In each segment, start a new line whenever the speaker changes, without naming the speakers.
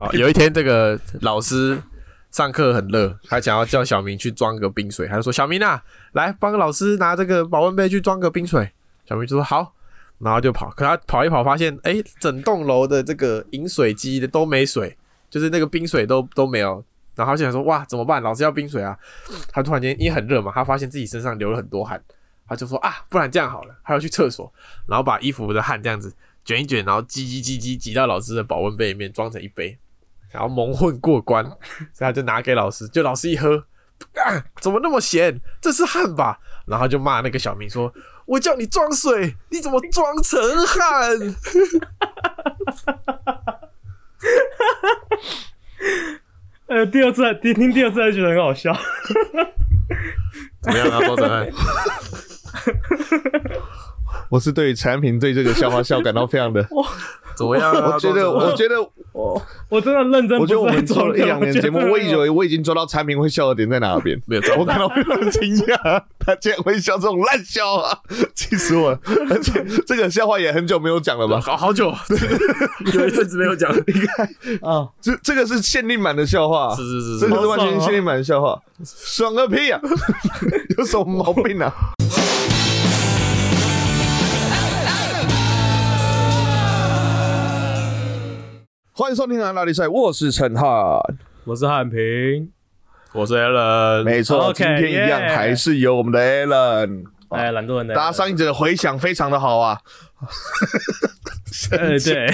好，有一天这个啊老师上课很热，他想要叫小明去装个冰水，他就说：“小明啊，来帮老师拿这个保温杯去装个冰水。”小明就说：“好。”然后就跑，可他跑一跑，发现哎、诶整栋楼的这个饮水机的都没水，就是那个冰水都都没有。然后他就想说：“哇，怎么办？老师要冰水啊！”他突然间因为很热嘛，他发现自己身上流了很多汗，他就说：“啊，不然这样好了，他要去厕所，然后把衣服的汗这样子卷一卷，然后挤挤挤挤挤到老师的保温杯里面，装成一杯。”然后蒙混过关， 所以他就拿给老师，就老师一喝，啊，怎么那么咸？这是汗吧？然后就骂那个小明说：“我叫你装水，你怎么装成 汗
呃，第二次还听听第二次还觉得很好笑，？”
怎么样啊，装成汗？
我是对于产品对这个笑话笑感到非常的，
怎么样、啊？
我觉得，我觉得，
我 我真的认真
我
不
觉
是
哦得我
在
们做
装
了
的，
一两年节目，我
为
以为我已经抓到产品会笑的点在哪边，
没有装
我感到非常惊讶，他竟然会笑这种烂笑话，气死我了！而且这个笑话也很久没有讲了 吧？
好好久，哦有一阵子没有讲， 是
啊，
这这个是限定版的笑话，
是是
这
是
个，是
好爽
完全
哦
限定版的笑话，爽个屁啊！有什么毛病啊？欢迎收听《哪里赛》，我是陈浩。
我是汉平，
我是 Alan，
没错
OK，
今天一样
耶
还是有我们的 Alan。
哎，懒惰人的，
大家上一集的回响非常的好啊，
哎对，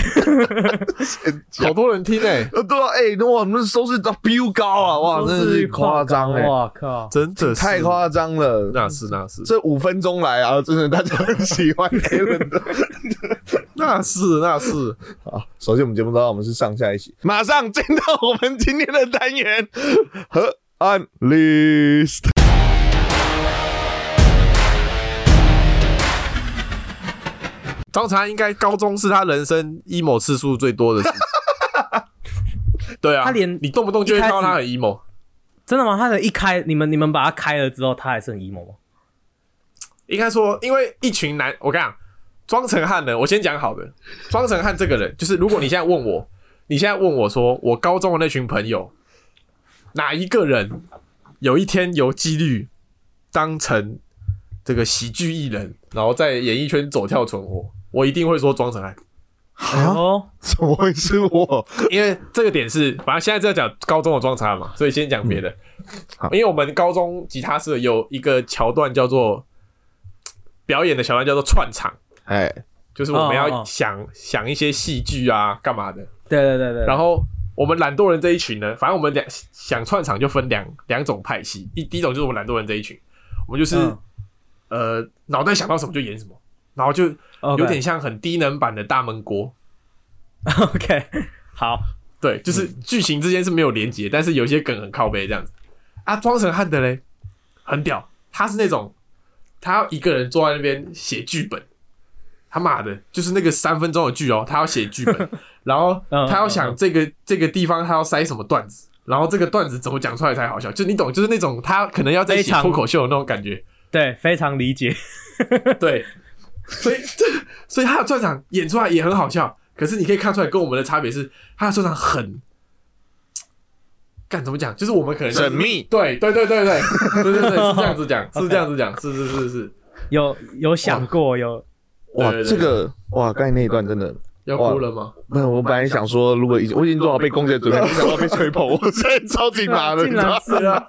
好多人听欸诶、
呃，对啊，哎、那哇，我们收视到飙高啊， 哇，真的是夸张哎，
啊哇靠，
真的是
太，夸张了。
那是那是
这五分钟来啊，真的大家很喜欢 Alan 的。
那是那是，
好，首先我们节目都到我们是上下一起，马上进到我们今天的单元和案 list。
通常应该高中是他人生 emo 次数最多的时期。对啊，
他连
你动不动就会看到他很 emo。
真的吗？他的一开，你们你们把它开了之后，他还是很 emo 吗？
应该说，因为一群男，我跟你讲，庄成汉呢，我先讲好的。庄成汉这个人，就是如果你现在问我，你现在问我说，我高中的那群朋友，哪一个人有一天有几率当成这个喜剧艺人，然后在演艺圈走跳存活，我一定会说庄成汉，
哎
哦，
怎么会是我？
因为这个点是，反正现在在讲高中的庄成汉嘛，所以先讲别的。
嗯
好
因为我们高中吉他社有一个桥段叫做表演的桥段叫做串场。
哎，
就是我们
哦哦
要
哦
想、想一些戏剧啊，干嘛的。
对对对对，
然后我们懒惰人这一群呢，反正我们两想串场就分两两种派系，一第一种就是我们懒惰人这一群，我们就是、
嗯
呃脑袋想到什么就演什么，然后就
嗯
有点像很低能版的大闷锅。
OK，OK，好，
对，就是
嗯
剧情之间是没有连接，但是有一些梗很靠背这样子。啊，庄成汉的嘞，很屌，他是那种他要一个人坐在那边写剧本，他妈的，就是那个三分钟的剧哦，他要写剧 本，然后
嗯
他要
嗯
想这个这个地方他要塞什么段子，然后这个段子怎么讲出来才好笑，就你懂，就是那种他可能要在
非
写
常
脱口秀的那种感觉，
对，非常理解，
对，所以这所以他的专场演出来也很好笑，可是你可以看出来跟我们的差别是，他的专场很。干怎么讲？就是我们可能就是
缜密
对对对对对对对对，是这样子讲，是这样子讲，是是是是，
有有想过 有，
哇，
对对对
这个哇，刚才那一段真的，
要哭了吗？
没有，我本来想说，如果已经我已经做好被攻击的准备，没想到被 吹捧，我现在超级麻了，
竟
你知道
然
吗？
是啊，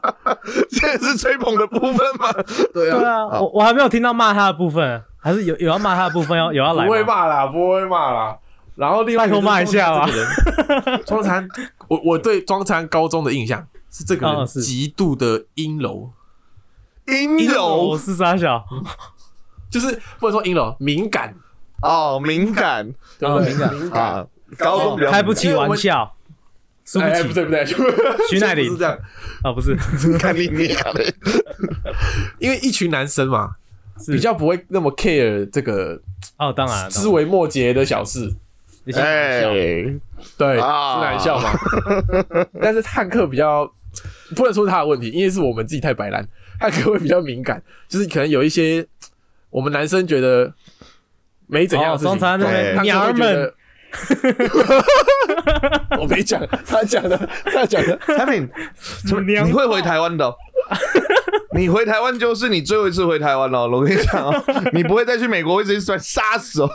现在是吹捧的部分吗？
对
对，啊，我我还没有听到骂他的部分，还是有有要骂他的部分要有要来
不会
吗？
骂啦，不会骂啦。然后另外
拜托骂一下吧
吧。庄禅，我我对庄禅高中的印象是这个人
嗯是
极度的阴柔，
阴
我
柔
是傻小，
就是不能说阴柔，敏感，
哦，敏感
对不对？
哦敏感
敏感，
啊，高中比较
开不起
因为我
玩
们
笑，输不
哎，不
起
对不对，
徐乃麟
不是这样，
啊，不是，
看你娘嘞，
因为一群男生嘛，
是
比较不会那么 care 这个
哦，当 然，
枝微末节的小事，
你先
哎
笑，，
对，
啊
是难笑嘛。但是汉克比较不能说是他的问题，因为是我们自己太白烂，汉克会比较敏感，就是可能有一些我们男生觉得没怎样的
哦
事情，
通常那
对
边
汉克会
娘儿
觉得
们
我没讲，他讲的，他讲的。
产品，
怎么娘
你会回台湾的哦、 你回台湾就是你最后一次回台湾了、我跟你 讲哦，你不会再去美国，会直接算杀死哦。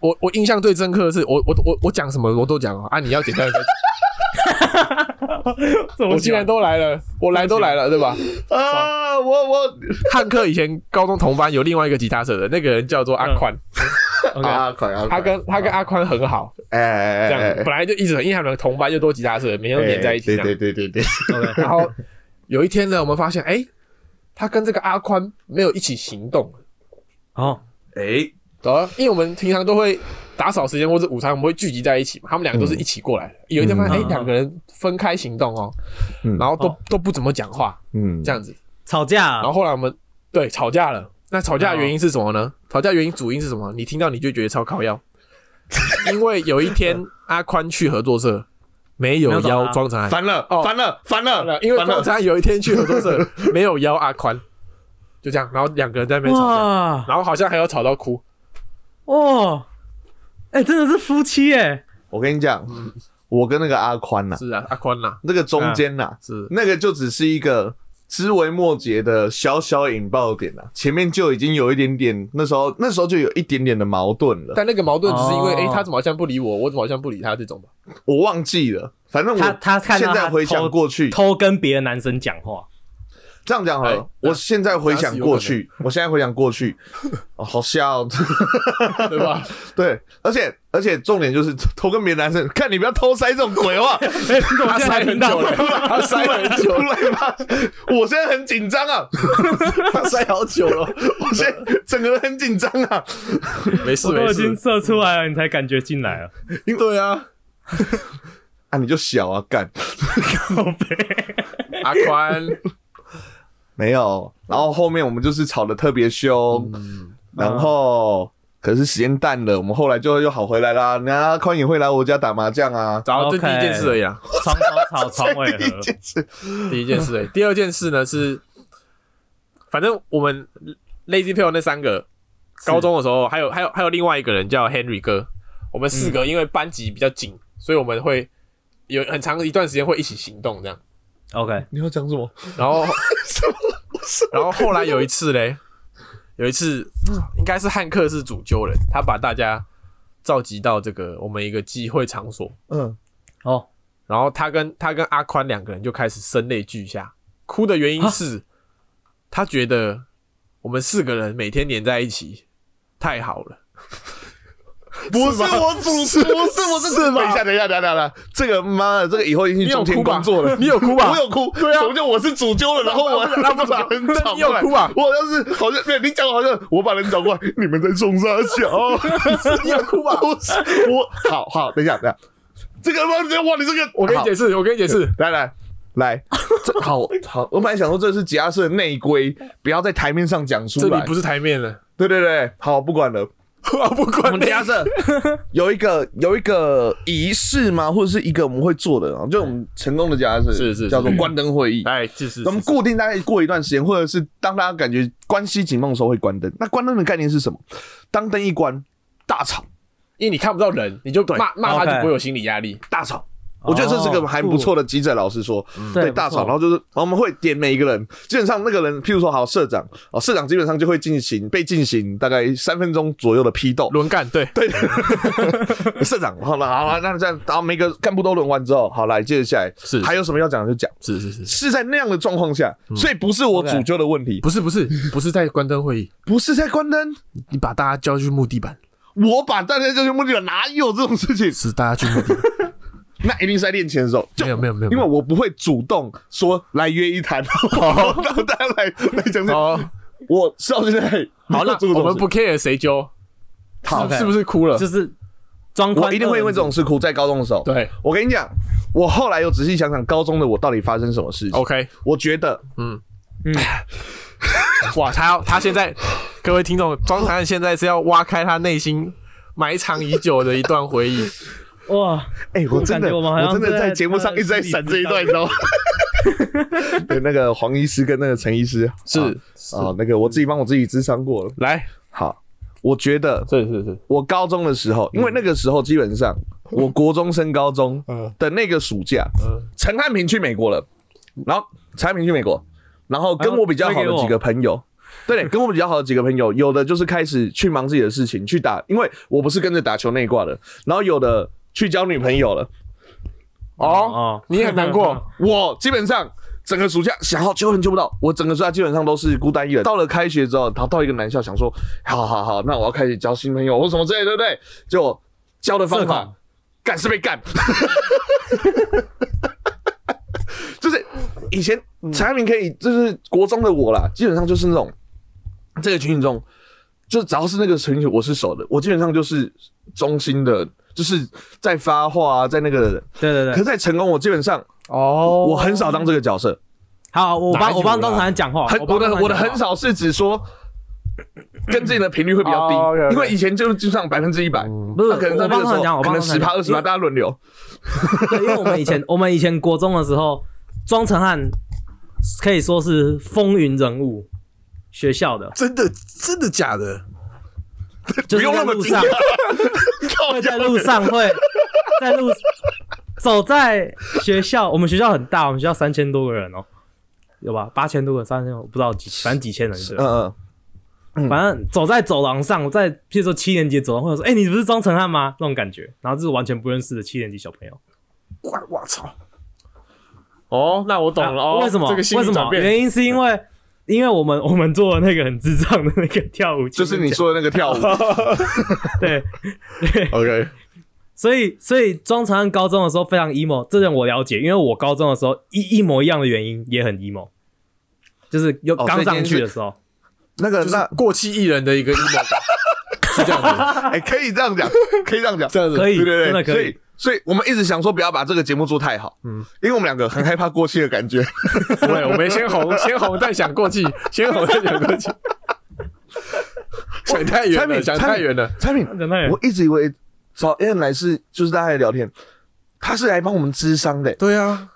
我我印象最深刻的是，我我我我讲什么我都讲哦啊，你要简单的，
怎么
我既然
讲？
都来了，我来都来了，对吧？
啊，我我
汉克以前高中同班有另外一个吉他社的那个人叫做阿
嗯
宽，
OK，
啊，快啊，
他跟他跟阿宽很好，
哎哎
这样
哎
子
哎
本来就一直很，因为他们同班又多吉他社，每天都黏在一起。
哎
这
对
样
对对对对，
然后有一天呢，我们发现，哎、他跟这个阿宽没有一起行动，
哦，
哎，
然后因为我们平常都会打扫时间或者午餐，我们会聚集在一起嘛，他们两个都
嗯
是一起过来的。有一天发现，哎、
嗯
两、个人分开行动哦，
嗯
然后都、
哦
都不怎么讲话，
嗯，
这样子。
吵架啊
哦
然后后来我们对吵架了。那吵架的原因是什么呢？
啊
吵架原因主因是什么？你听到你就觉得超靠腰， 因为有一天阿宽去合作社，没有
没有找
邀
他
庄长安，
翻了
哦
翻了翻了，
因为
翻
庄
了，
长安有一天去合作社， 没有邀阿宽，就这样，然后两个人在那边吵架，
哇
然后好像还有吵到哭，
哇，哎，真的是夫妻哎，
我跟你讲，我跟那个阿宽呐，
嗯是啊，阿宽呐，
那个中间呐，
是
那个就只是一个枝微末节的小小引爆点啦，前面就已经有一点点，那时候那时候就有一点点的矛盾了，
但那个矛盾只是因为，
哦
哎、他怎么好像不理我，我怎么好像不理他这种吧？
我忘记了，反正
他
我
他看到
现在
他
回想
偷
过去，
偷跟别的男生讲 话，
这样讲好了
哎，
我现在回想过去，我现在回想过去，哦，好笑 哦，
对吧？
对，而且而且重点就是偷跟别的男生，看你不要偷塞这种鬼 话，
哎，你怎么
他
现在
塞
才
很
听到
久？了， 他塞很久
出
了，
来吧，我现在很紧张啊，
他塞好久了，
我现在整个人很紧张啊，
没事
我 都
没
已经
事，
射出来了，你才感觉进来 了。
对啊，
啊，你就小啊，干，
靠背，
阿宽，
没有，然后后面我们就是吵得特别凶，
嗯
然后。可是时间淡了，我们后来就又好回来啦。那宽也会来我家打麻将啊，
然后这
OK
第一件事而已啊，
床头 吵，床尾
这第
和
一。件事。
第一件事而已。第二件事呢是，反正我们 Lazy p a l 那三个，高中的时候还有还有还有另外一个人叫 Henry 哥，我们四个因为班级比较紧，所以我们会有很长一段时间会一起行动这样。
OK，
你要讲什么？
然 后，然后后来有一次嘞，有一次应该是汉克是主揪人，他把大家召集到这个我们一个集会场所，
嗯，
哦，
然后他跟他跟阿宽两个人就开始声泪俱下，哭的原因是，他觉得我们四个人每天黏在一起太好了，
不是我主持，不是我是
是吧
等一下，等一下，等一下，等一下，这个妈的，这个以后已经
你有
中天
哭吧
工作了，
你有哭吧
我有哭，对啊，怎么就我是主揪了，然后我
那 不是
把人找
那你有
过来，
哭吧
我好像是好像对你讲，好像我把人找过来，你们在冲沙桥，
你有哭吧？
不是我，好好，等一下，等一下，这个妈的，哇，你这个，
我跟你解释，我跟你解释，
来来来，这 好好，我本来想说这是吉亚社的内规，不要在台面上讲
这
出
里
来
不。是台面了，
对对对，好，不管了。
我不
我
管
们
你啊
吉亚社有一个有一个仪式吗？或者是一个我们会做的啊，就我们成功的吉亚社
是是
叫做关灯会议。
哎，是是，
我们
是
固定大概过一段时间，或者是当大家感觉关系紧绷的时候会关灯。那关灯的概念是什么？当灯一关，大吵
因为你看不到人，你就骂骂他
OK
就不会有心理压力。
大吵。
哦
我觉得这是个还不错的记者老师说，对
嗯对
大吵，
不错
然后就是我们会点每一个人，基本上那个人，譬如说好社长哦，社长基本上就会进行被进行大概三分钟左右的批斗，
轮干对，
对， 社长，好了，好了，那这样，然后每个干部都轮完之后，好来，接着下来
嗯是嗯
还有什么要讲的就讲，
是是是，
是在那样的状况下，所以不是我
OK
主揪的问题，
不是不是不是在关灯会议，
不是在关灯，
你把大家叫去木地板，
我把大家叫去目的地哪有这种事情？
是大家去木地板，
那一定是在练前的时候， 就
没有没有没有，
因
没
为
有
我不会主动说来约一谈，好，让大家来来讲讲。
哦，
我到现在
好
了
了，，我们不 care 谁揪，
好
是是不是哭了
哦就？是装宽，
我一定会因为这种事哭。在高中的时候，
对
我跟你讲，我后来有仔细想想，高中的我到底发生什么事情。
，OK，
我觉得
哇，他要他现在，各位听众，庄长现在是要挖开他内心埋藏已久的一段回忆，
哇，
哎、我真
感
的，
觉我们好
我
像
真的在
在
节目上一直在闪这一
他的心理
段，你知道吗？对，那个黄医师跟那个陈医师
是
啊，那个我自己帮我自己智商过了。
来，
好，我觉得
是是是，
我高中的时候，因为那个时候基本上我国中升高中
嗯
的那个暑假，
嗯
陈汉平去美国了，然后陈汉平去美国，然后跟我比较好的几个朋友，对，跟我比较好的几个朋友，有的就是开始去忙自己的事情，去打，因为我不是跟着打球那一挂的，然后有的去交女朋友了，
啊
哦，
哦，
你也很难过，
我基本上。整个暑假想要揪人揪不到，我整个暑假基本上都是孤单一人。到了开学之后，逃到一个男校，想说，好好好，那我要开始交新朋友或什么之类的，对不对？结果交的 方
社
法
恐，
干是被干，就是以前陈汉明可以，就是国中的我啦，基本上就是那种这个群体中，就只要是那个群体我是熟的，我基本上就是中心的，就是在发话啊，在那个的人。
对对
可
对，
是在成功，我基本上
哦
我很少当这个角色，
好，我
哪
帮
有
我帮张长安讲话，
啊很
帮
哦我的
张长安
我的
讲话
很，少是指说。跟进的频率会比较
哦
低，
，OK，OK
因为以前就基本上百分之一百，
嗯
不是
那可能在
我
那
帮
个
他
时
讲，
候
我
可
帮
能
他
十趴二十趴，大家轮流。
对，因为我们以前 我们以前国中的时候，庄成汉可以说是风云人物，学校的，
真的真的假的？
就
不
是
用
在
那么
路
惊讶
上 会在路上会在路走在学校，我们学校很大，我们学校三千多个人哦，有吧？八千多个，三千我不知道几，反正几千人对
嗯。嗯，
反正走在走廊上，我在譬如说七年级走廊会有说：“哎、你不是庄成汉吗？”那种感觉，然后就是完全不认识的七年级小朋友。
哇我操！哦，那我懂了哦。
啊为什么？
这个
为
心理
什
转
么？
变？嗯
原因是因为因为我们我们做的那个很智障的那个跳舞，
就是你说的那个跳舞，
对，
OK，
所以所以庄成汉高中的时候非常 emo，这点我了解，因为我高中的时候一一模一样的原因也很 emo，就是有
哦所以
刚上
今
去
天是
的时候，
那
就
个
是
那
过气艺人的一个 emo 感，是这样子，
哎、可以这样 讲，可以这样讲，
这样子
可以，
对对
真的
对，
可
所
以
以。所以我们一直想说不要把这个节目做太好，嗯，因为我们两个很害怕过气的感 觉，
不会，我们先红，先红再想过气，先红再想 过气。想太远
产
了，
品
想太远了。
产品，
真的
我一直以为找 Alan 来是就是大家来聊天，他是来帮我们智商的、
对啊，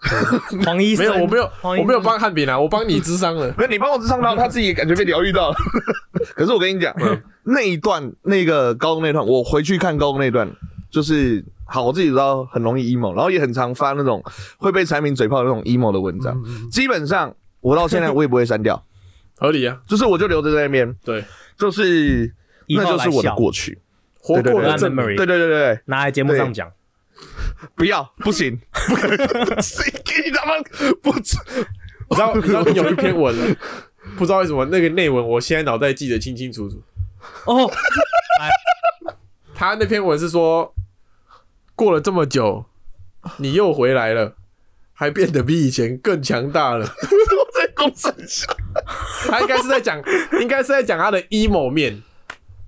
黄医
没
生
有，我没有，
黄医
我
生
没有帮汉饼啊，我帮你智商 了。
没有你帮我智商到，他自己也感觉被疗愈到了。 可是我跟你讲，那一段那个高中那段，我回去看高中那段，就是好，我自己知道很容易 emo，然后也很常发那种会被产品嘴炮的那种 emo 的文章，基本上我到现在我也不会删掉，
合理啊，
就是我就留着在那边，
对，
就是
以
那
后
就是我
来
的
笑
过去。
活
对
过
对
了
对
证明。
memory
对对对对，
拿来节目上讲，
不要，不行，不可能，谁给你他妈不准？
你 知道，你知道你有一篇文，啊不知道为什么那个内文，我现在脑袋记得清清楚楚。
哦，
他那篇文是说，过了这么久，你又回来了，还变得比以前更强大 了。
我在公山上
他应该是在讲，应该是在讲他的 emo 面。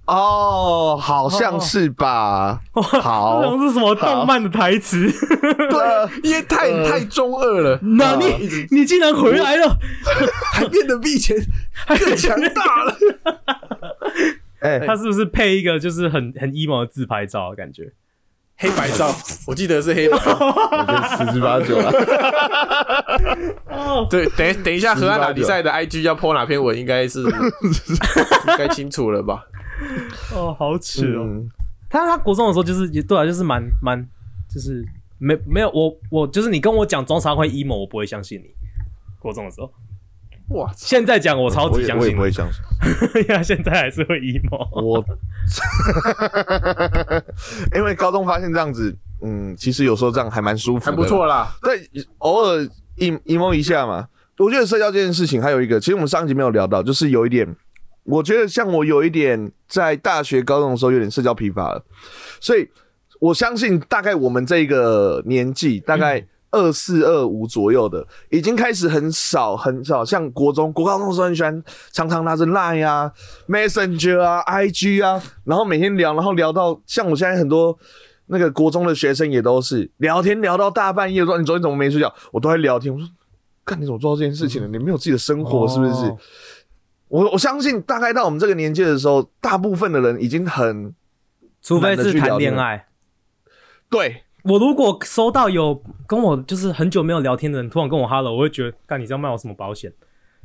哦，好像是吧？好
那， 种是什么
好呃
动漫的台词？
对，
因为太、太中二了，
那你你竟然回来了？
还变得比以前更强大 了。
哎，
他是不是配一个就是很很 emo 的自拍照的感觉？
黑白照，我记得是黑白。
十之八九了。
对，等一等一下，
十八
荷兰打比
九
赛的 IG 要 po 哪篇文，应该 是应该清楚了吧？
哦，好耻哦！
嗯，
他他国中的时候就是也对啊，就是蛮蛮就是没没有我我就是你跟我讲中常会 emo，我不会相信你。国中的时候，
哇，
现在讲我超
我
级
也
相
我也
信
不
你，
会相信。
因为他现在还是会 emo。
我，因为高中发现这样子，嗯，其实有时候这样还蛮舒服，
还不。
啊
错啦。
对，偶尔 emo emo 一下嘛。我觉得社交这件事情还有一个，其实我们上一集没有聊到，就是有一点，我觉得像我有一点在大学、高中的时候有点社交疲乏了，所以我相信大概我们这个年纪，大概二四二五左右的，已经开始很少很少，像国中、国高中的时候很喜欢常常拿着 Line 啊、Messenger 啊、IG 啊，然后每天聊，然后聊到像我现在很多那个国中的学生也都是聊天聊到大半夜，说你昨天怎么没睡觉？我都在聊天，我说。看你怎么做到这件事情的？你没有自己的生活是不是？
哦
我我相信，大概到我们这个年纪的时候，大部分的人已经很
除非是谈恋爱。
对，
我如果收 到有跟我就是很久没有聊天的人突然跟我 hello，我会觉得，干你这样卖我什么保险？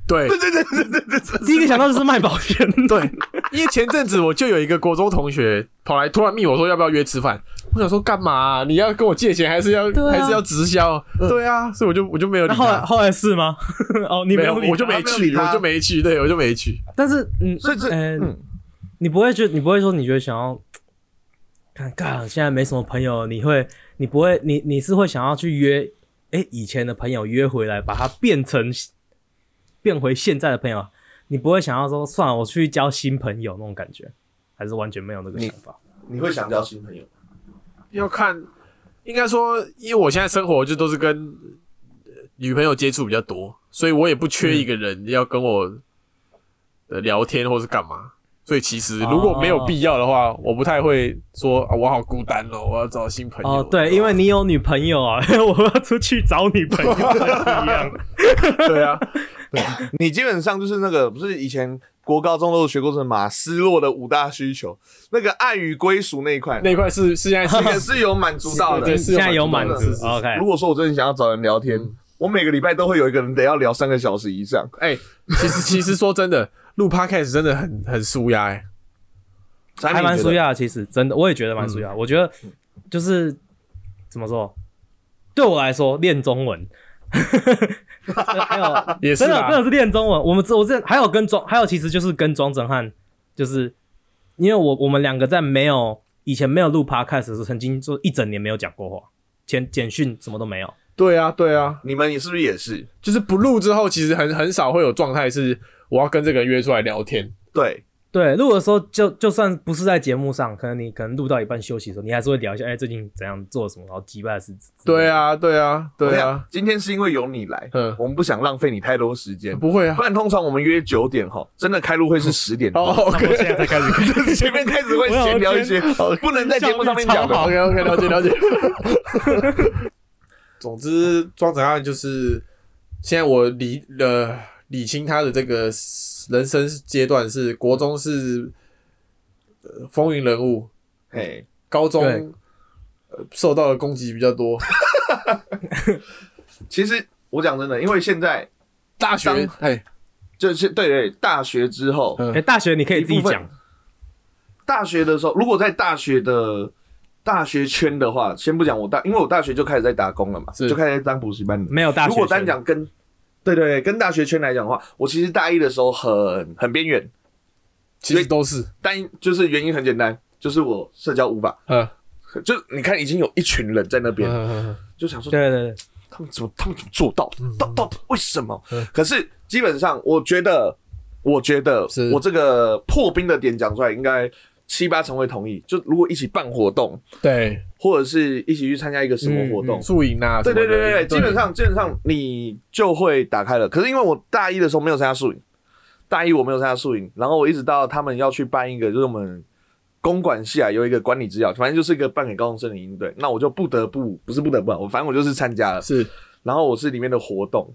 对
对对对对对对，
第一个想到就是卖保 险，
对，因为前阵子我就有一个国中同学跑来突然密我说要不要约吃饭，我想说干嘛啊、你要跟我借钱还是要、
对啊
还是要直销？对啊，所以我就我就没有理
那后来
他，
后来是吗？ 哦，你
没
有
有
理他，
我就没
啊没有理
去，
他
我就没去，对我就没去。
但是嗯，
所以
哎
这
呃
嗯
你不会觉你不会说你觉得想要，看干现在没什么朋友，你会你不会你你是会想要去约，哎、以前的朋友约回来，把他变成变回现在的朋友，啊你不会想要说算了，我去交新朋友那种感觉，还是完全没有那个
你
想法。
你会想交新朋友？
要看，应该说，因为我现在生活就都是跟呃女朋友接触比较多，所以我也不
嗯
缺一个人要跟我呃聊天或是干嘛。所以其实如果没有必要的
哦
话，我不太会说、啊、我好孤单哦，我要找新朋友。
哦，对，因为你有女朋友啊， 我要出去找女朋友一样。
对 啊，
你基本上就是那个，不是以前国高中都有学过什么马斯洛的五大需求，那个爱与归属那一块，
那一块是是现在
那个
是
是有满足到 的
对。
现在有满
满
足
足 是是是
，OK，
如果说我真的想要找人聊天，我每个礼拜都会有一个人得要聊三个小时以上。
哎、其实其实说真的，录 podcast 真的很很舒压哎。
还蛮舒
舒压。
压的，其实真的，我也觉得蛮舒
嗯
压。我觉得就是怎么说，对我来说练中文， 没有
也是
真的
啦
真的是练中文。我们之我之前还有跟庄，还有其实就是跟庄哲汉，就是因为我我们两个在没有以前没有录 podcast 的时候，曾经就一整年没有讲过话，简简讯什么都没有。
对啊，对啊，
你们也是不是也是？
就是不录之后，其实很很少会有状态是我要跟这个人约出来聊天。
对，
对，录的时候就就算不是在节目上，可能你可能录到一半休息的时候，你还是会聊一下，哎、最近怎样做了什么，然后击败的事。
对啊，对啊，对啊。。
今天是因为有你来，
嗯
我们不想浪费你太多时间。
不会啊
不。然通常我们约九点哈，真的开录会是十点。
哦，OK
现在才开始看。
前面 开始会闲聊一些
哦
不能在节目上面讲的。
OK OK，了解了解。 总之，庄子案就是现在我理呃理清他的这个人生阶段是国中是、呃、风云人物，
嘿，
高中
对、
呃受到的攻击比较多，
其实我讲真的，因为现在
大学
当
哎
就是对对，大学之后，
嗯
哎、大学你可以自己讲，
大学的时候，如果在大学的大学圈的话，先不讲我大，因为我大学就开始在打工了嘛，
是
就开始当补习班的。
没有大学。
如果单，讲跟，对对对，跟大学圈来讲的话，我其实大一的时候很很边缘，
其实都是
单一就是原因很简单，就是我社交无法，
嗯
就是你看已经有一群人在那边，
嗯
就想说
对对对，
他们怎么他们怎么做到的？到到底为什么？
嗯
可是基本上，我觉得，我觉得
是
我这个破冰的点讲出来，应该七八成会同意。就如果一起办活动，
对
或者是一起去参加一个什么活动，
宿营啊什
对
么的，
对对对对，基本上基本上你就会打开了。可是因为我大一的时候没有参加宿营，大一我没有参加宿营，然后我一直到他们要去办一个，就是我们公管系啊有一个管理之钥，反正就是一个办给高中生的营队，那我就不得不不是不得不啊，我反正我就是参加了，
是
然后我是里面的活动，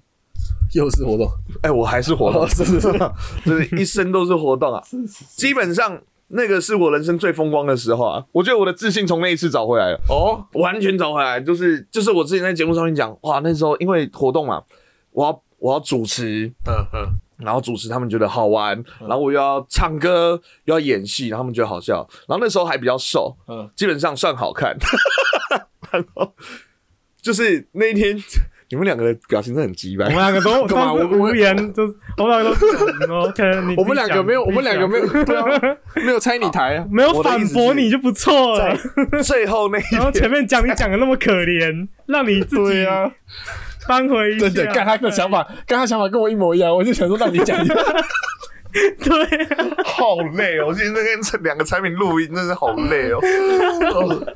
又是活动，
哎、我还是活动，
是是是，
就是一生都是活动啊。基本上那个是我人生最风光的时候啊，我觉得我的自信从那一次找回来了，
哦
完全找回来。就是就是我之前在节目上面讲，哇，那时候因为活动嘛，我要我要主持，
嗯嗯
然后主持他们觉得好玩，然后我又要唱歌，又要演戏，然后他们觉得好笑。然后那时候还比较瘦，
嗯，
基本上算好看。 然后就是那一天， 你们两个的表情真的很鸡掰
我。们两个都
干嘛
都是
我我
无言，就是我们两个都是哦 OK 你。
我们两个没有，我们两个没
有
有，对啊，没有拆你台 啊。
没有
我的
反
意思
驳
是
你就不错了。
最后那一
然后
天
前面讲你讲的那么可怜，让你自己
对啊，
扳回一下。
真的，干他的想法，干他想法跟我一模一样，我就想说让你讲一 下。
对啊，
好累哦！我今天那跟这两个产品录音真是好累 哦。哦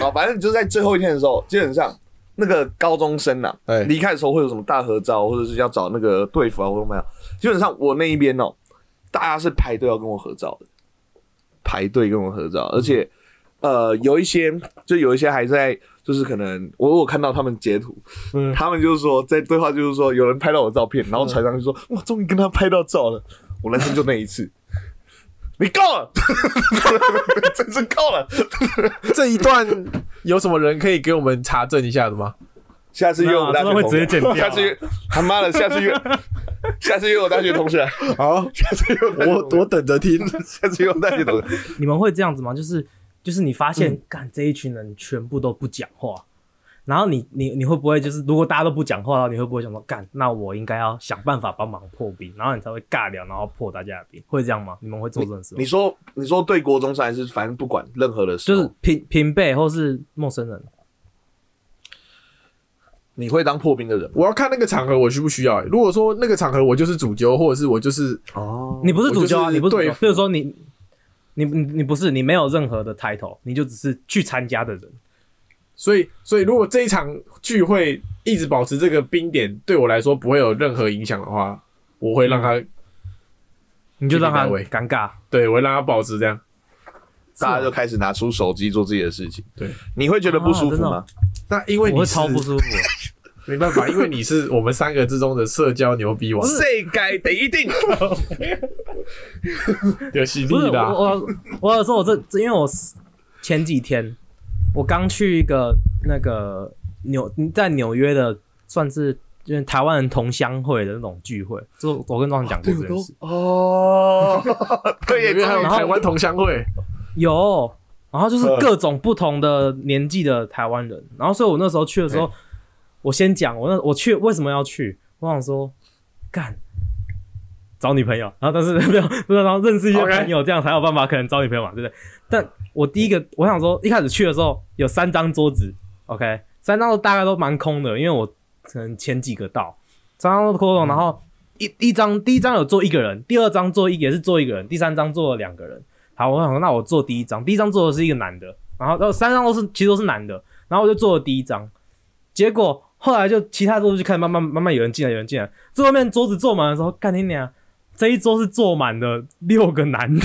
好，反正就是在最后一天的时候，基本上那个高中生呐、啊
哎，
离开的时候会有什么大合照，或者是要找那个队服啊，或者怎么样。基本上我那一边哦，大家是排队要跟我合照的，排队跟我合照，
嗯
而且呃，有一些就有一些还在，就是可能我我有看到他们截图，
嗯
他们就是说在对话就是说有人拍到我照片，然
嗯
后传上去说、哇，终于跟他拍到照了，我人生就那一次。 你够了， 真是够了。
这一段有什么人可以给我们查证一下的吗？
下次约我们大学
那会直接剪掉啊
下次约他妈的，下次约，下次约我大学同学，
好，
下次约我大 学
我
同学
我等着听。
下次约我大学同学，
你们会 这样子吗？就是就是你发现，
嗯
干、这一群人全部都不讲话，然后你你你会不会就是如果大家都不讲话，然后你会不会想说，干，那我应该要想办法帮忙破冰，然后你才会尬聊，然后破大家的冰，会这样吗？你们会做这种事吗
你？说你说对国中生还是反正不管任何的事，
就是
哦
平平辈或是陌生人，
你会当破冰的人
我要看那个场合我需不需要、欸。如果说那个场合我就是主揪，或者是我就是
哦
你不是主角
我
啊，
就是
你不是主
对
角，
付
比如说你你你你不是你没有任何的 title，你就只是去参加的人。
所以，所以如果这一场聚会一直保持这个冰点，对我来说不会有任何影响的话，我会让他，
嗯你就让
地
他
理单位
尴尬，
对我会让他保持这样。
大家
是啊
就
吗
开始拿出手机做自己的事情。
对，
你会觉得不
啊
舒服
真的
吗
哦？
那因为
我
你
会
是
超不舒服。
没办法，因为你是我们三个之中的社交牛逼王，
这该得一定
有犀
不是
利
我
的啊。
我我有时候我这这因为我前几天我刚去一个那个纽在纽约的算是就是台湾人同乡会的那种聚会，这我跟庄讲过这件事。
哦，对
因为还有
然后
台湾同乡会，
有，然后就是各种不同的年纪的台湾人，然后所以我那时候去的时候，我先讲我那我去为什么要去，我想说干找女朋友，然后但是 没有不是，然后认识一些
OK
朋友，这样才有办法可能找女朋友嘛，对不对？但我第一个我想说一开始去的时候有三张桌子，OK，三张桌大概都蛮空的，因为我可能前几个到，三张都空空，然后。一一张，第一张有坐一个人，第二张坐一也是坐一个人，第三张坐了两个人，好，我想说那我做第一张，第一张做的是一个男的，然后呃三张都是其实都是男的，然后我就做了第一张，结果后来就其他桌子就开始慢慢慢慢有人进来，有人进来，最后面桌子坐满的时候，干你娘！这一桌是坐满了六个男的，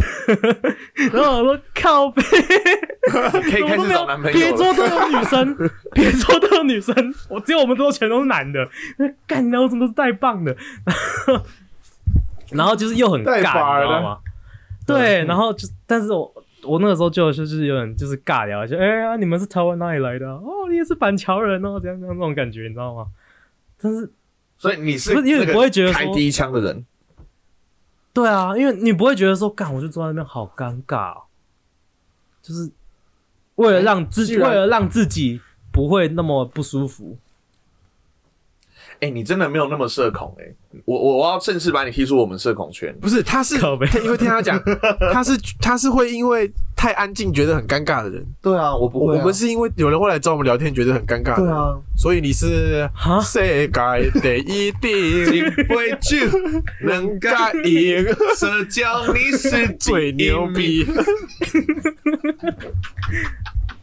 然后我说靠背，
可以开
怎么都
始
没有
找男朋
别
友了。
桌都有女生， 别桌都有女生，我只有我们桌全都是男的， 干你娘！我怎么都是带棒的？ 然后就是又很尬，
带
你知
把儿的
道吗？对，
嗯
然后就但是我我那个时候就就是有点就是尬聊，就哎呀、你们是台湾哪里来的啊、哦，你也是板桥人哦，怎样怎样这种感觉，你知道吗？但是
所以你是
不是因为你
那个
不会觉得说
开第一枪的人，
对啊，因为你不会觉得说，干，我就坐在那边好尴尬、哦，就是为了让自
既
己，为
然
了让自己不会那么不舒服。
哎，你真的没有那么社恐哎。我我我要正式把你踢出我们社恐圈。
不是他是
靠背
因为听他讲， 他是他是会因为太安静觉得很尴尬的人。
对啊，我不
我们是因为有人会来找我们聊天觉得很尴尬，
对，啊，
所以你是
哈
世界第一
一
顶
杯酒 能干
尬赢。
社交，你 是
最牛逼，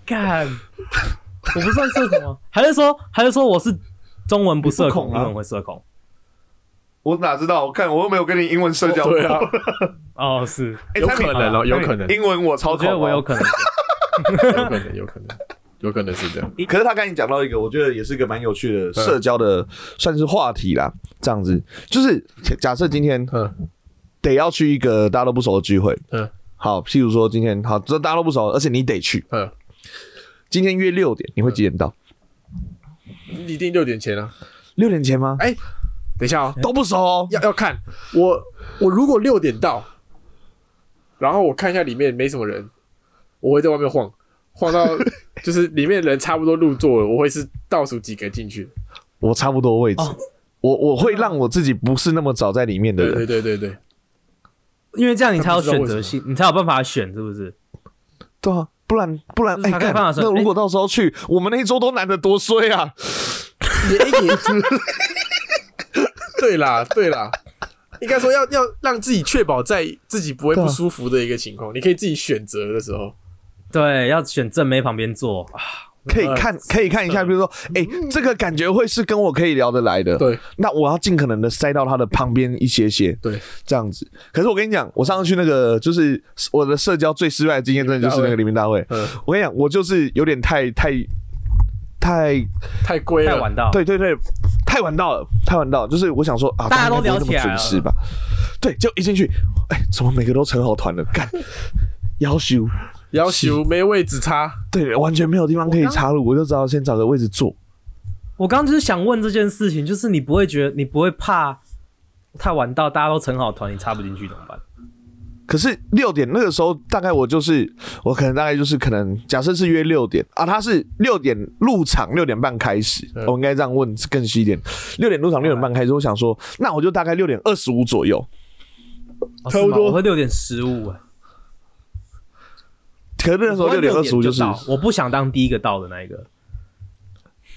干，我不算社恐吗？还是说，还是说我是中文不社
你
恐，
不恐啊
英文会社恐？
我哪知道？我看我又没有跟你英文社交过。
对啊，
哦，是，
哎，
有
蔡明
可能哦，有可能，
英文我超
我觉
恐
得
哦，
我有可能。
有可能，有可能，有可能是这样。
可是他刚才讲到一个，我觉得也是一个蛮有趣
嗯
的社交的，算是话题啦。这样子，就是假假设今 天
嗯，
得要去一个大家都不熟的聚会，
嗯，
好，譬如说今天好，这大家都不熟，而且你得去，
嗯，
今天约六点，你会几点到？
一定六点前啊。
六点前吗？
哎等一下哦，
都不熟哦，
要要看我，我如果六点到，然后我看一下里面没什么人，我会在外面晃，晃 到就是里面人差不多入座了，我会是倒数几个进去。
我差不多位置
哦，
我我会让我自己不是那么早在里面的
对
人。
对对对对，
因为这样你才
但
有
不知道
选
为什
择
么
性，你才有办法选，是不是？
对啊，不然不然，
就是
哎，
他开
干
放的时候嗯
那如果到时候去，我们那一桌都难得多衰啊！
也也 对啦对啦。应该说要要让自己确保在自己不会不舒服的一个情况，你可以自己选择的时候，
对，要选正妹旁边坐。
可以
嗯
看，可以看一下，比如说，哎，这个感觉会是跟我可以聊得来的。
对
那我要尽可能的塞到他的旁边一些些，
对，
这样子。可是我跟你讲，我上次去那个，就是我的社交最失败的经验，真的就是那个黎明大会。
嗯，
我跟你讲，我就是有点太太太，
太贵了，
太晚到，
对对对，太晚到了，太晚到了。就是我想说啊，
大家都
应该
聊
不会
起来
这么准时吧？对，就一进去，哎，怎么每个都成好团了？干，要修，
要求没位置差，
对，完全没有地方可以插入，我就只好先找个位置坐。
我刚刚就是想问这件事情，就是你不会觉得你不会怕太晚到，大家都成好团，你插不进去怎么办？
可是六点那个时候，大概我就是我可能大概就是可能假设是约六点啊，他是六点入场，六点半开始，
嗯
我应该这样问更细一点，六点入场，六点半开始，我想说，那我就大概六点二十五左右。
哦
差
是
不
吗
多
我会六点十五哎，
可是那时候
我会
六点二十五
就
就是
到我不想当第一个到的那一 个。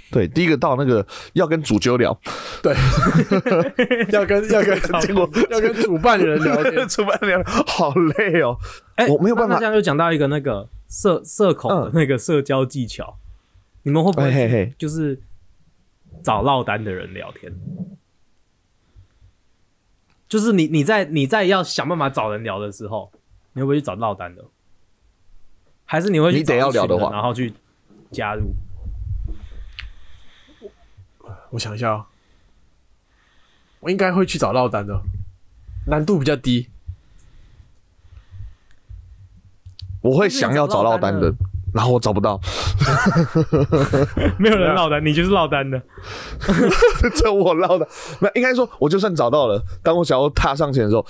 对第一个到那个要跟主揪聊，
要跟要跟结果要跟主办人聊天，
主办聊好累哦。
哎、
我没有办法
那这样又讲到一个那个社社恐的
嗯
那个社交技巧，你们会不
哎
会
嘿嘿，
就是找落单的人聊天？就是你你在你在要想办法找人聊的时候，你会不会去找落单的？还是你会去
你得要
找一群
聊的
人
话
然后去加入？
我想一下、哦，我应该会去找落单的，难度比较低。
我会想要找落单
就是
的，然后我找不到，
没有人落单，你就是落单的。
这我落的。那应该说，我就算找到了，当我想要踏上前的时候，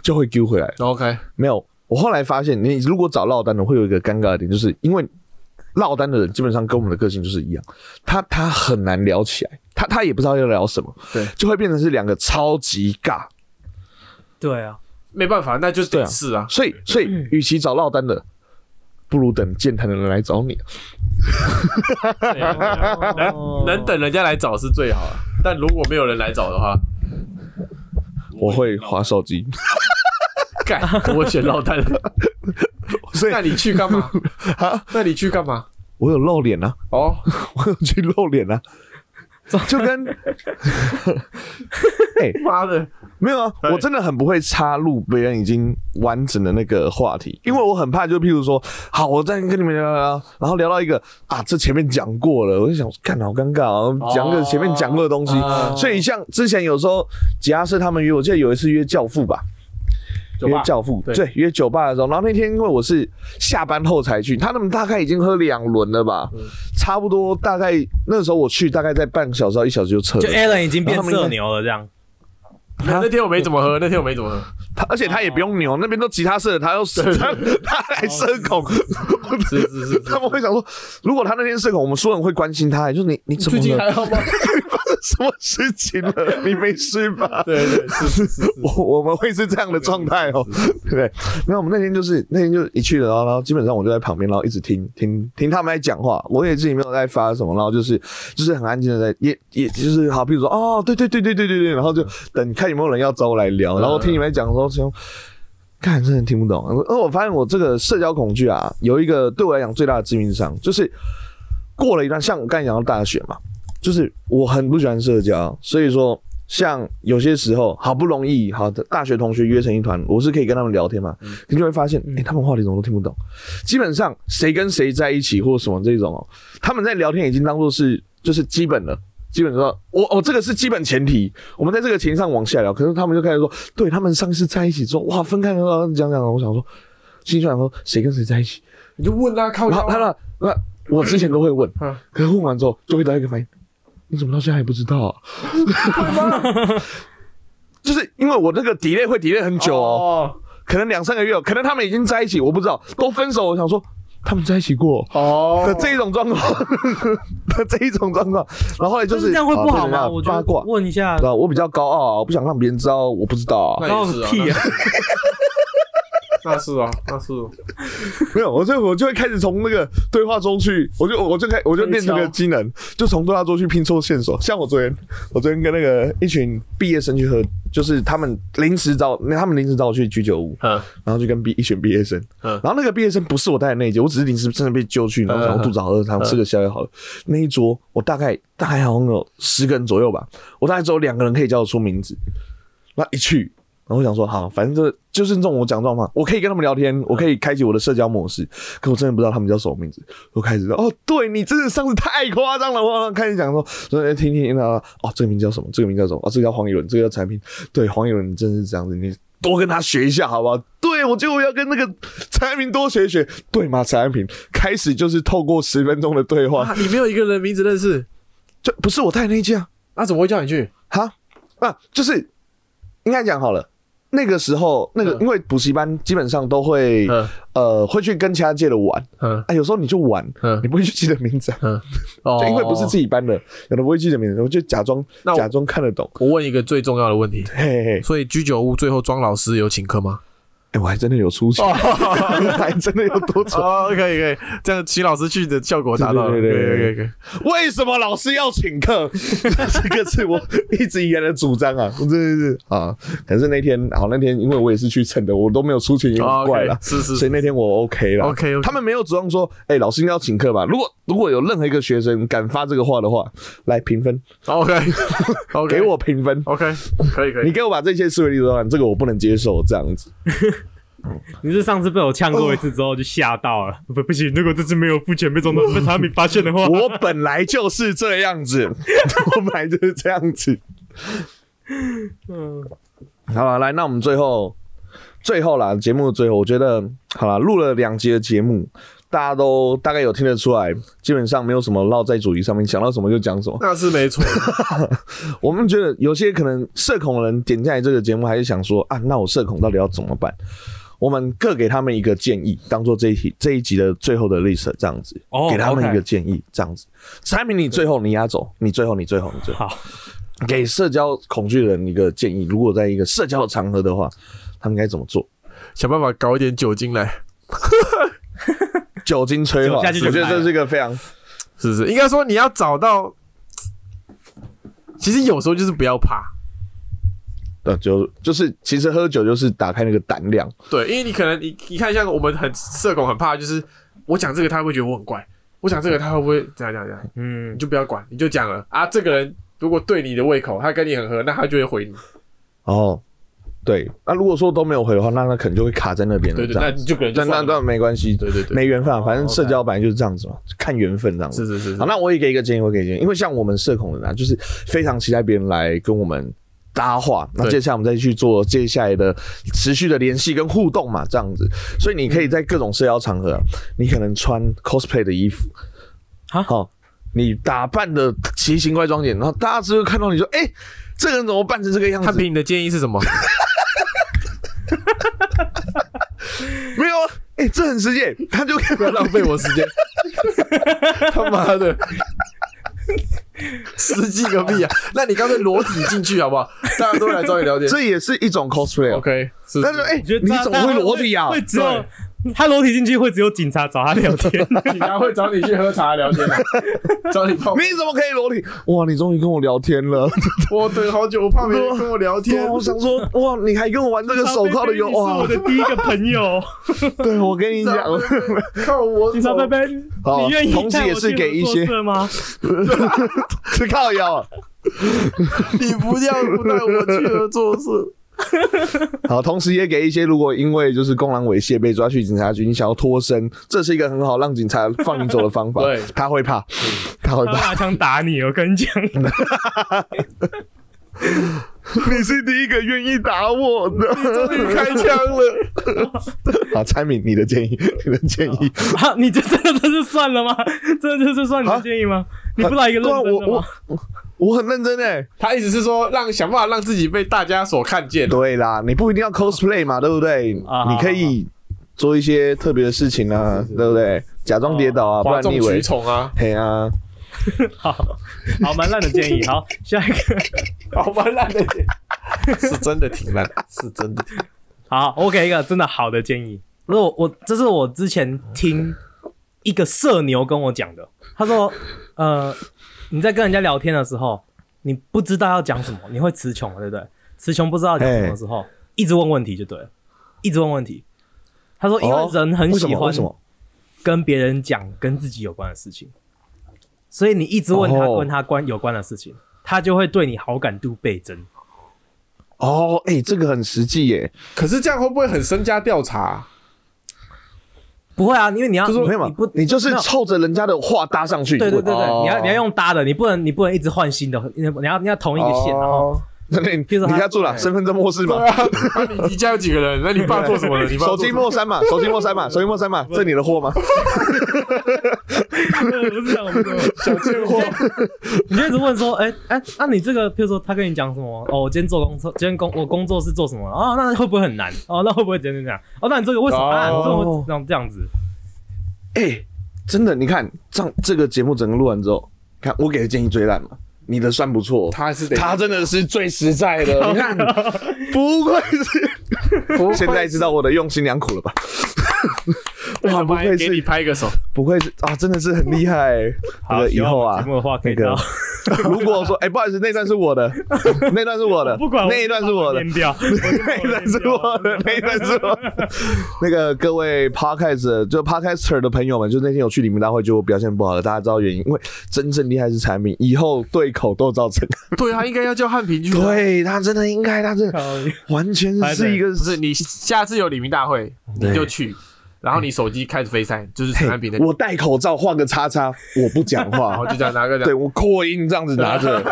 就会丢回来。
OK，
没有，我后来发现，你如果找落单的，会有一个尴尬的点，就是因为落单的人基本上跟我们的个性就是一样，他他很难聊起来，他他也不知道要聊什么，
对
就会变成是两个超级尬。
对啊，
没办法，那就是
对
得
啊
试啊。
所以所以，与其找落单的，不如等健谈的人来找你。
啊能
能等人家来找是最好啊，但如果没有人来找的话，
我会划手机，
干，我选落单。
所以
那你去干 嘛？那你去干嘛？
我有露脸啊，
哦，
我有去露脸 啊，就跟，哎、
妈的，
没有啊，
对
我真的很不会插入别人已经完整的那个话题，因为我很怕，就譬如说，好，我再跟你们聊聊聊，然后聊到一个啊，这前面讲过了，我就想，看好尴尬啊，讲个前面讲过的东西。
哦
所以像之前有时候吉亚瑟他们约，我记得有一次约教父吧，
酒
约
吧
教父，
对
对，约酒吧的时候，然后那天因为我是下班后才去，他们大概已经喝两轮了吧，
嗯
差不多大概那时候我去大概在半个小时到一小时就撤了
就，Alan 已经变
然后他们
色牛了，这样
那天我没怎么喝，那天我没怎么喝。
他而且他也不用扭，那边都吉他社的，他要他他来社恐，
哦是是是，
他们会想说，如果他那天社恐，我们所有人会关心他，就是你你怎么
最近
了？
还 好吗？
什么事情了？你没事吧？
对对是是是，是
我我们会是这样的状态哦，对 不对？没有，我们那天就是那天就一去了，然后然后基本上我就在旁边，然后一直听听听他们在讲话，我也自己没有在发什么，然后就是就是很安静的在，也也就是好，比如说哦，对对对对对对对，然后就等看有没有人要找我来聊，然后听你们在讲的时候，想看真的听不懂。而我发现我这个社交恐惧啊，有一个对我来讲最大的致命伤，就是过了一段，像我刚才讲到大学嘛，就是我很不喜欢社交，所以说像有些时候好不容易好的大学同学约成一团，我是可以跟他们聊天嘛，你就会发现，哎、他们话题怎么都听不懂，基本上谁跟谁在一起或什么这种哦，他们在聊天已经当做是就是基本了。基本上，我我、这个是基本前提，我们在这个情上往下聊。可是他们就开始说，对他们上一次在一起之后，哇，分开了，讲讲。我想说，心里想说，谁跟谁在一起？
你就问啊，靠
然
哦
后
腰
他
啊，
那那我之前都会问，
嗯
可是问完之后就会得到一个反应，你怎么到现在还不知道、啊？ 就是因为我那个 delay 会 delay 很久哦，
哦
可能两三个月哦，可能他们已经在一起，我不知道，都分手。我想说，他们在一起过。
哦
的这一种状况， 的这一种状况，然后后来就
但
是
是这样会不好
啊
吗？
对
我觉
八
得
卦，
问一下
对，吧？我比较高傲啊，我不想让别人知道我不知道啊。
那
高
也是啊
屁啊！
那是 啊，那是哦
没有，我就我就会开始从那个对话中去，我就我就开我就练这个技能，就从对话中去拼凑线索。像我昨天，我昨天跟那个一群毕业生去喝，就是他们临时找他们临时找我去居酒屋，
嗯
然后就跟毕一群毕业生，
嗯
然后那个毕业生不是我带的那一届，我只是临时真的被揪去，然后想
嗯
要肚子好饿，呃想吃个宵夜好了。那一桌我大概大概好像有十个人左右吧，我大概只有两个人可以叫得出名字。那一去，然后我想说，好，反正这就是这种我讲状况，我可以跟他们聊天，我可以开启我的社交模式，可我真的不知道他们叫什么名字。我开始说，哦，对你真的上次太夸张了，我开始讲说，说哎听听听到哦，这个名字叫什么？这个名字叫什么？哦，这个叫黄以伦，这个叫产品。对，黄以伦你真的是这样子，你多跟他学一下好不好？对，我就要跟那个陈安平多学学，对吗？陈安平开始就是透过十分钟的对话，
啊，你没有一个人名字认识，
就不是我太内疚啊，
那怎么会叫你去？
哈，啊，就是应该讲好了。那个时候，那个
嗯
因为补习班基本上都会，
嗯
呃，会去跟其他届的玩
嗯
啊。有时候你就玩，
嗯
你不会去记得名字、啊，
嗯，哦
就因为不是自己班的，有的不会记得名字，我就假装
那我
假装看得懂。
我问一个最重要的问题，
嘿嘿，
所以居酒屋最后庄老师有请客吗？
哎，我还真的有出钱， 还真的有 多出。
哦，可以可以，这样请老师去的效果达到了，
对对对对
可以可以可以。
为什么老师要请客？ 这个是我一直以来的主张啊，我真的是啊。可是那天，好那天，因为我也是去蹭的，我都没有出钱，也
哦
很
，OK，
怪了。啊
是是
所以那天我 OK 了。
OK，OK
他们没有主动说，哎、老师应该要请客吧？如果如果有任何一个学生敢发这个话的话，来评分，
OK OK，
给我评分。
OK，可以可以。
你给我把这些思维理论，这个我不能接受，这样子。
你是上次被我呛过一次之后就吓到了， 不不行，如果这次没有付钱被 总统被查米发现的话，
我本来就是这样子，我本来就是这样子。
嗯，
好了，来，那我们最后最后啦，节目的最后，我觉得好了，录了两集的节目，大家都大概有听得出来，基本上没有什么落在主题上面，想到什么就讲什么。
那是没错，
我们觉得有些可能社恐的人点进来这个节目，还是想说啊，那我社恐到底要怎么办？我们各给他们一个建议，当做这一题这一集的最后的 list 这样子，
哦
给他们
OK
一个建议这样子。产品你最后你压轴，你最后你最后你最后
好，
给社交恐惧的人一个建议，如果在一个社交的场合的话，他们该怎么做？
想办法搞一点酒精来，
酒精催化，
酒下去就
我觉得
来了
这是一个非常
是不是？应该说你要找到，其实有时候就是不要怕，
呃，就就是其实喝酒就是打开那个胆量，
对，因为你可能你你看像我们很社恐很怕，就是我讲这个他会不会觉得我很怪，我讲这个他会不会这样这样这样，
嗯
你，就不要管，你就讲了啊。这个人如果对你的胃口，他跟你很合，那他就会回你，
哦，对，那、如果说都没有回的话，那那可能就会卡在那边了。
对
嗯这
对，
样
那你就可能
那
就
那
算了
那没关系，
对对对
没缘分啊，反正
哦
社交本来就是这样子嘛，看缘分这样子。
是是是是
好，那我也给一个建议，我给一个建议，因为像我们社恐人啊，就是非常期待别人来跟我们搭话，那
对
接下来我们再去做接下来的持续的联系跟互动嘛，这样子。所以你可以在各种社交场合啊、你可能穿 cosplay 的衣服，
啊
好、你打扮的奇形怪状点，然后大家只会看到你说，哎、这个人怎么扮成这个样
他
子？
给你的建议是什 么？
没有啊，哎、这很实际，他就
不要浪费我时间。他妈的， 实际个屁啊！那你干脆裸体进去好不好？大家都来找你聊 天。
这也也是一种 cosplay 哦。
OK，是
但是哎、
我觉得
你
大
怎么
大
会
家
裸体啊？
会只有他裸体进去会只有警察找他聊 天，
警察会找你去喝茶聊天、啊，找你泡。
你怎么可以裸体？哇，你终于跟我聊天 了！
我等好久，我怕没人跟我聊
对
天
啊，。我想说，哇，你还跟我玩这个手铐的游
你是
哇
我？的第一个朋 友，
对，我跟你
警
讲，
察贝贝靠我
警察贝
走！
贝，
好
你愿意
哦同时
带
也
我
是
去
给
合
一
作
些
社 吗？
是靠腰啊。
你不要不带我去合作社。
好，同时也给一些如果因为就是公然猥亵被抓去警察局，你想要脱身，这是一个很好让警察放你走的方法。
对
他会怕， 他会
嗯他
怕。
拿枪打你，我跟你 讲，
你是第一个愿意打我 的。
终 于开枪了，
好，蔡敏，你的建议，你的建议。
啊，你就真的这就算了吗？真的就是算你
啊
的建议吗？你不来一个认
对啊
真的
我
吗
我？我很认真哎、
他意思是说让想办法让自己被大家所看见。
对啦，你不一定要 cosplay 嘛，对不对？
啊
你可以做一些特别的事情啊，对不对？假装跌倒啊，不
哦哗
然你
众
以
取
为？
宠啊，
嘿啊，
好好，蛮烂的建议。 好，下一个，
好蛮烂的，是真的挺烂，是真的挺烂。
好，我给一个真的好的建议。不是我，我这是我之前听一个社牛跟我讲的，他说，呃，你在跟人家聊天的时候，你不知道要讲什么，你会词穷，对不对？词穷不知道讲什么的时候，一直问问题就对了，一直问问题。他说，因为
哦
人很
为什
喜
么？
欢
为什么？
跟别人讲跟自己有关的事情，所以你一直问他、
哦
问他关有关的事情，他就会对你好感度倍增。
哦，哎、这个很实际耶、
可是这样会不会很身家调查、啊
不会啊，因为你要
就是没有
你
嘛
你不，
你就是
没有
凑着人家的话搭上去。
对对对对，
哦
你要你要用搭的，你不能你不能一直换新的，你要你要你要同一个线，然后
那你
披萨
你家住
对
哪？身份证末四嘛，
啊你你家有几个人？那你爸做什么的？你爸
手
做什
机
么
末三嘛，手机末三嘛，手机末三嘛，这你的货吗？
不是讲我们的小贱货。你就一直问说，哎、哎，那、你这个，譬如说他跟你讲什么？哦，我今天做工作，今天工我工作是做什么？哦，那会不会很难？哦，那会不会怎样怎样？哦，那你这个为什么、啊？你这个会这样这样子？
哎、真的，你看，这样这个节目整个录完之后，看我给的建议最烂嘛，你的算不错，
他还是得
他真的是最实在的，你看，不愧是，
不愧
现在知道我的用心良苦了吧？哇，不愧
给你
是，
拍一个手，
不愧是啊，真的是很厉害、这
好，
个以
喜
后
欢我们
啊
节，目的话可以
那个
到，
如果说，哎、不好意思，那段是我的，那段是我的，
不管我
那一段是我的，
念掉，
那一段是我的，那一段是我的。那个各位 podcast 就 podcaster 的朋友们，就那天有去李明大会，就表现不好的，大家知道原因，因为真正厉害是产品，以后对口都造成。
对啊，应该要叫汉平去。，
对他真的应该，他真的
靠腰
完全是一个
不是你下次有李明大会你就去，然后你手机开始飞塞，就是陈汉平的，
我戴口罩画个叉叉，我不讲
然后
话，
就这样啊拿个这
对
样。
我扩音这样子拿着，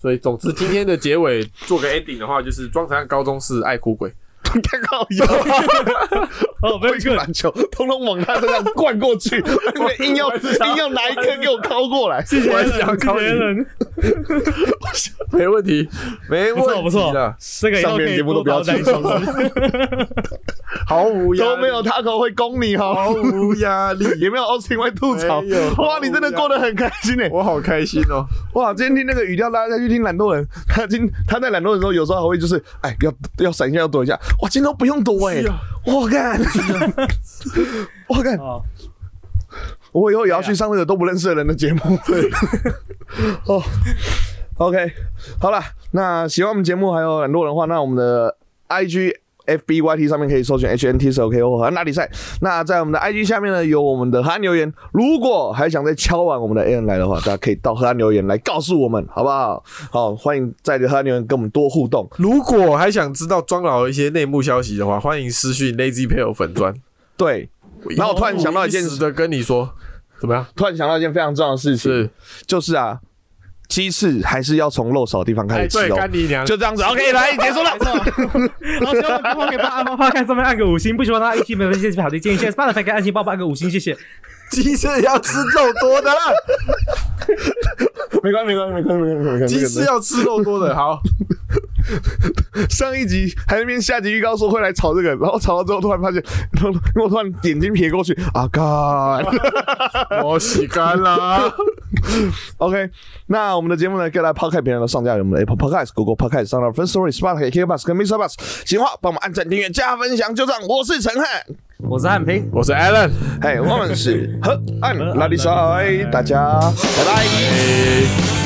所以总之今天的结尾做个 ending 的话，就是装成高中是爱哭鬼，
看靠腰，
哦，没有
挥起篮 球，通通往他身上灌过去，硬要硬要拿一颗给我掏过来，
谢谢
我还是想
Alan，
考你
谢谢 Alan
没问题，没问题的
不错不错这个以后可
上面
以
节目都
多
不要
找
听
一首 歌。
毫无压力
都没有，他口会攻你哈。
毫无压力，
也没有 Austin 会吐槽
没有。
哇，你真的过得很开心哎！
我好开心哦。
哇，今天听那个语调，大家再去听懒惰人，他今他在懒惰人的时候，有时候还会就是，哎，要要闪一下，要躲一下。哇，今天都不用躲哎
是啊！
我干，我干，
哦，
我以后也要去上那个都不认识的人的节目。对， 哦，OK，好了，那喜欢我们节目还有懒惰人的话，那我们的 IG。F B Y T 上面可以搜寻 H N T 是 O K O 和哪里赛。那在我们的 I G 下面呢，有我们的河岸留言。如果还想再敲完我们的 A N 来的话，大家可以到河岸留言来告诉我们，好不好？好，欢迎在河岸留言跟我们多互动。
如果还想知道庄老的一些内幕消息的话，欢迎私讯 Lazy Pair 粉砖。
对，然后我突然想到一件
事的跟你说，怎么样？
突然想到一件非常重要的事情，
是，
就是啊，鸡翅还是要从肉少的地方开
哎，
始吃
对，
哦。
干你娘！
就这样子，OK，来结束了。
然后希望帮忙给大家 Apple Podcast 上面按个五星，不喜欢他一起没有谢谢好的建议，现在 Spotify 给按星帮我按个五星，谢谢。
鸡翅要吃肉多的，啊
没关系，没关系，没关系，没关系，没关系。
鸡翅要吃肉多的。好，
上一集还在那边下集预告说会来炒这个，然后炒到之后突然发现，然后因为我突然眼睛瞥过去，啊干
我洗干 了。
！OK，那我们的节目呢，各大 Podcast 平台都上架有我们的 Apple Podcast、Google Podcast、上到 First Story、Spotify、k b u s 跟 Mr. Bus。喜欢的话帮我们按赞、订阅、加分享，就这样。我是陈汉，
我是汉平。
我是 Alan。
嘿，我们是河岸拉力赛，大家拜拜。